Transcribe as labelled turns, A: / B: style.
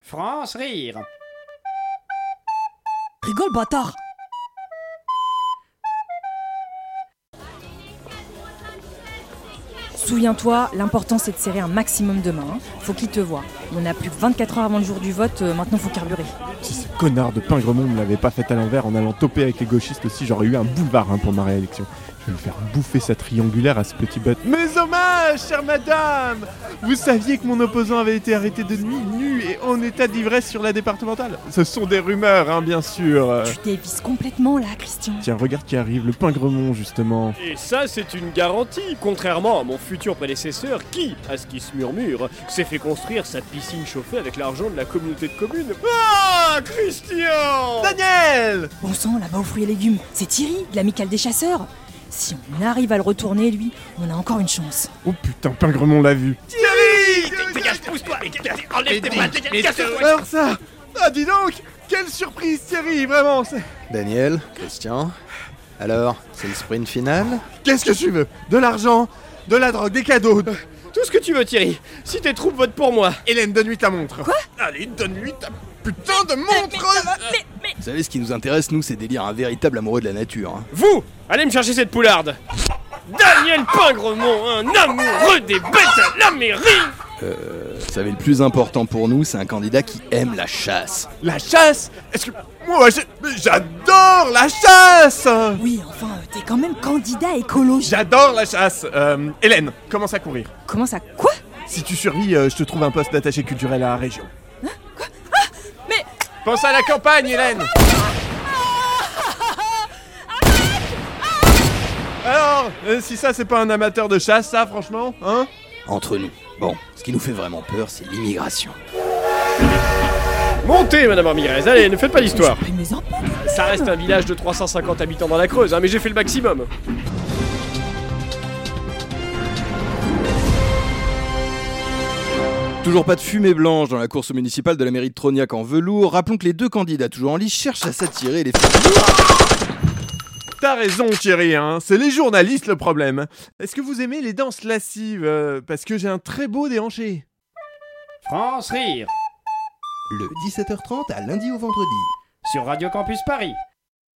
A: France rire.
B: Rigole, bâtard Souviens-toi, l'important c'est de serrer un maximum de mains. hein. Faut qu'ils te voient. On a plus que 24 heures avant le jour du vote, euh, maintenant faut carburer.
C: Si ce connard de Pingremont me l'avait pas fait à l'envers en allant toper avec les gauchistes aussi, j'aurais eu un boulevard hein, pour ma réélection. Je vais lui faire bouffer sa triangulaire à ce petit bête. Mes hommages, chère madame Vous saviez que mon opposant avait été arrêté de nuit, nu et en état d'ivresse sur la départementale Ce sont des rumeurs, hein, bien sûr euh.
B: Tu dévises complètement là, Christian.
C: Tiens, regarde qui arrive, le Pingremont, justement.
D: Et ça, c'est une garantie, contrairement à mon futur prédécesseur qui, à ce qui se murmure, s'est fait construire sa piscine chauffée avec l'argent de la communauté de communes. Ah, Christian
C: Daniel
B: Bon sang, là-bas aux fruits et légumes, c'est Thierry, de l'amicale des chasseurs. Si on arrive à le retourner, lui, on a encore une chance.
C: Oh putain, Pingremont l'a vu
D: Dégage, pousse-toi Enlève tes mains, dégage,
C: Alors ça Ah, dis donc Quelle surprise, Thierry, vraiment c'est-
E: Daniel, Christian. Alors, c'est le sprint final
C: Qu'est-ce que tu veux De l'argent De la drogue, des cadeaux de-
D: Tout ce que tu veux, Thierry. Si tes troupes votent pour moi.
C: Hélène, donne-lui ta montre
D: Allez, donne-lui ta...
C: Putain de montre
E: Vous savez, ce qui nous intéresse, nous, c'est d'élire un véritable amoureux de la nature. hein.
D: Vous Allez me chercher cette poularde Daniel Pingremont, un amoureux des bêtes à la mairie
E: Vous savez, le plus important pour nous, c'est un candidat qui aime la chasse.
C: La chasse Est-ce que... Moi, j'ai- mais j'adore la chasse
B: Oui, enfin, euh, t'es quand même candidat écologique.
C: J'adore la chasse Euh, Hélène, commence à courir.
B: Comment ça Quoi
C: Si tu survis, euh, je te trouve un poste d'attaché culturel à la région. Ah
B: Mais-
C: Pense à la campagne, Hélène Ah Alors, euh, si ça c'est pas un amateur de chasse, ça franchement, hein
E: Entre nous. Bon, ce qui nous fait vraiment peur, c'est l'immigration.
D: Montez, Madame Ramirez, allez, ne faites pas d'histoire.
B: Mais mes enfants
D: Ça reste un village de 350 habitants dans la Creuse, hein, mais j'ai fait le maximum.
E: Toujours pas de fumée blanche dans la course municipale de la mairie de Trognac en velours. Rappelons que les deux candidats toujours en lice cherchent à s'attirer les
C: T'as raison Thierry, hein, c'est les journalistes le problème. Est-ce que vous aimez les danses lascives euh, Parce que j'ai un très beau déhanché.
A: France rire.
F: Le 17h30 à lundi au vendredi.
A: Sur Radio Campus Paris.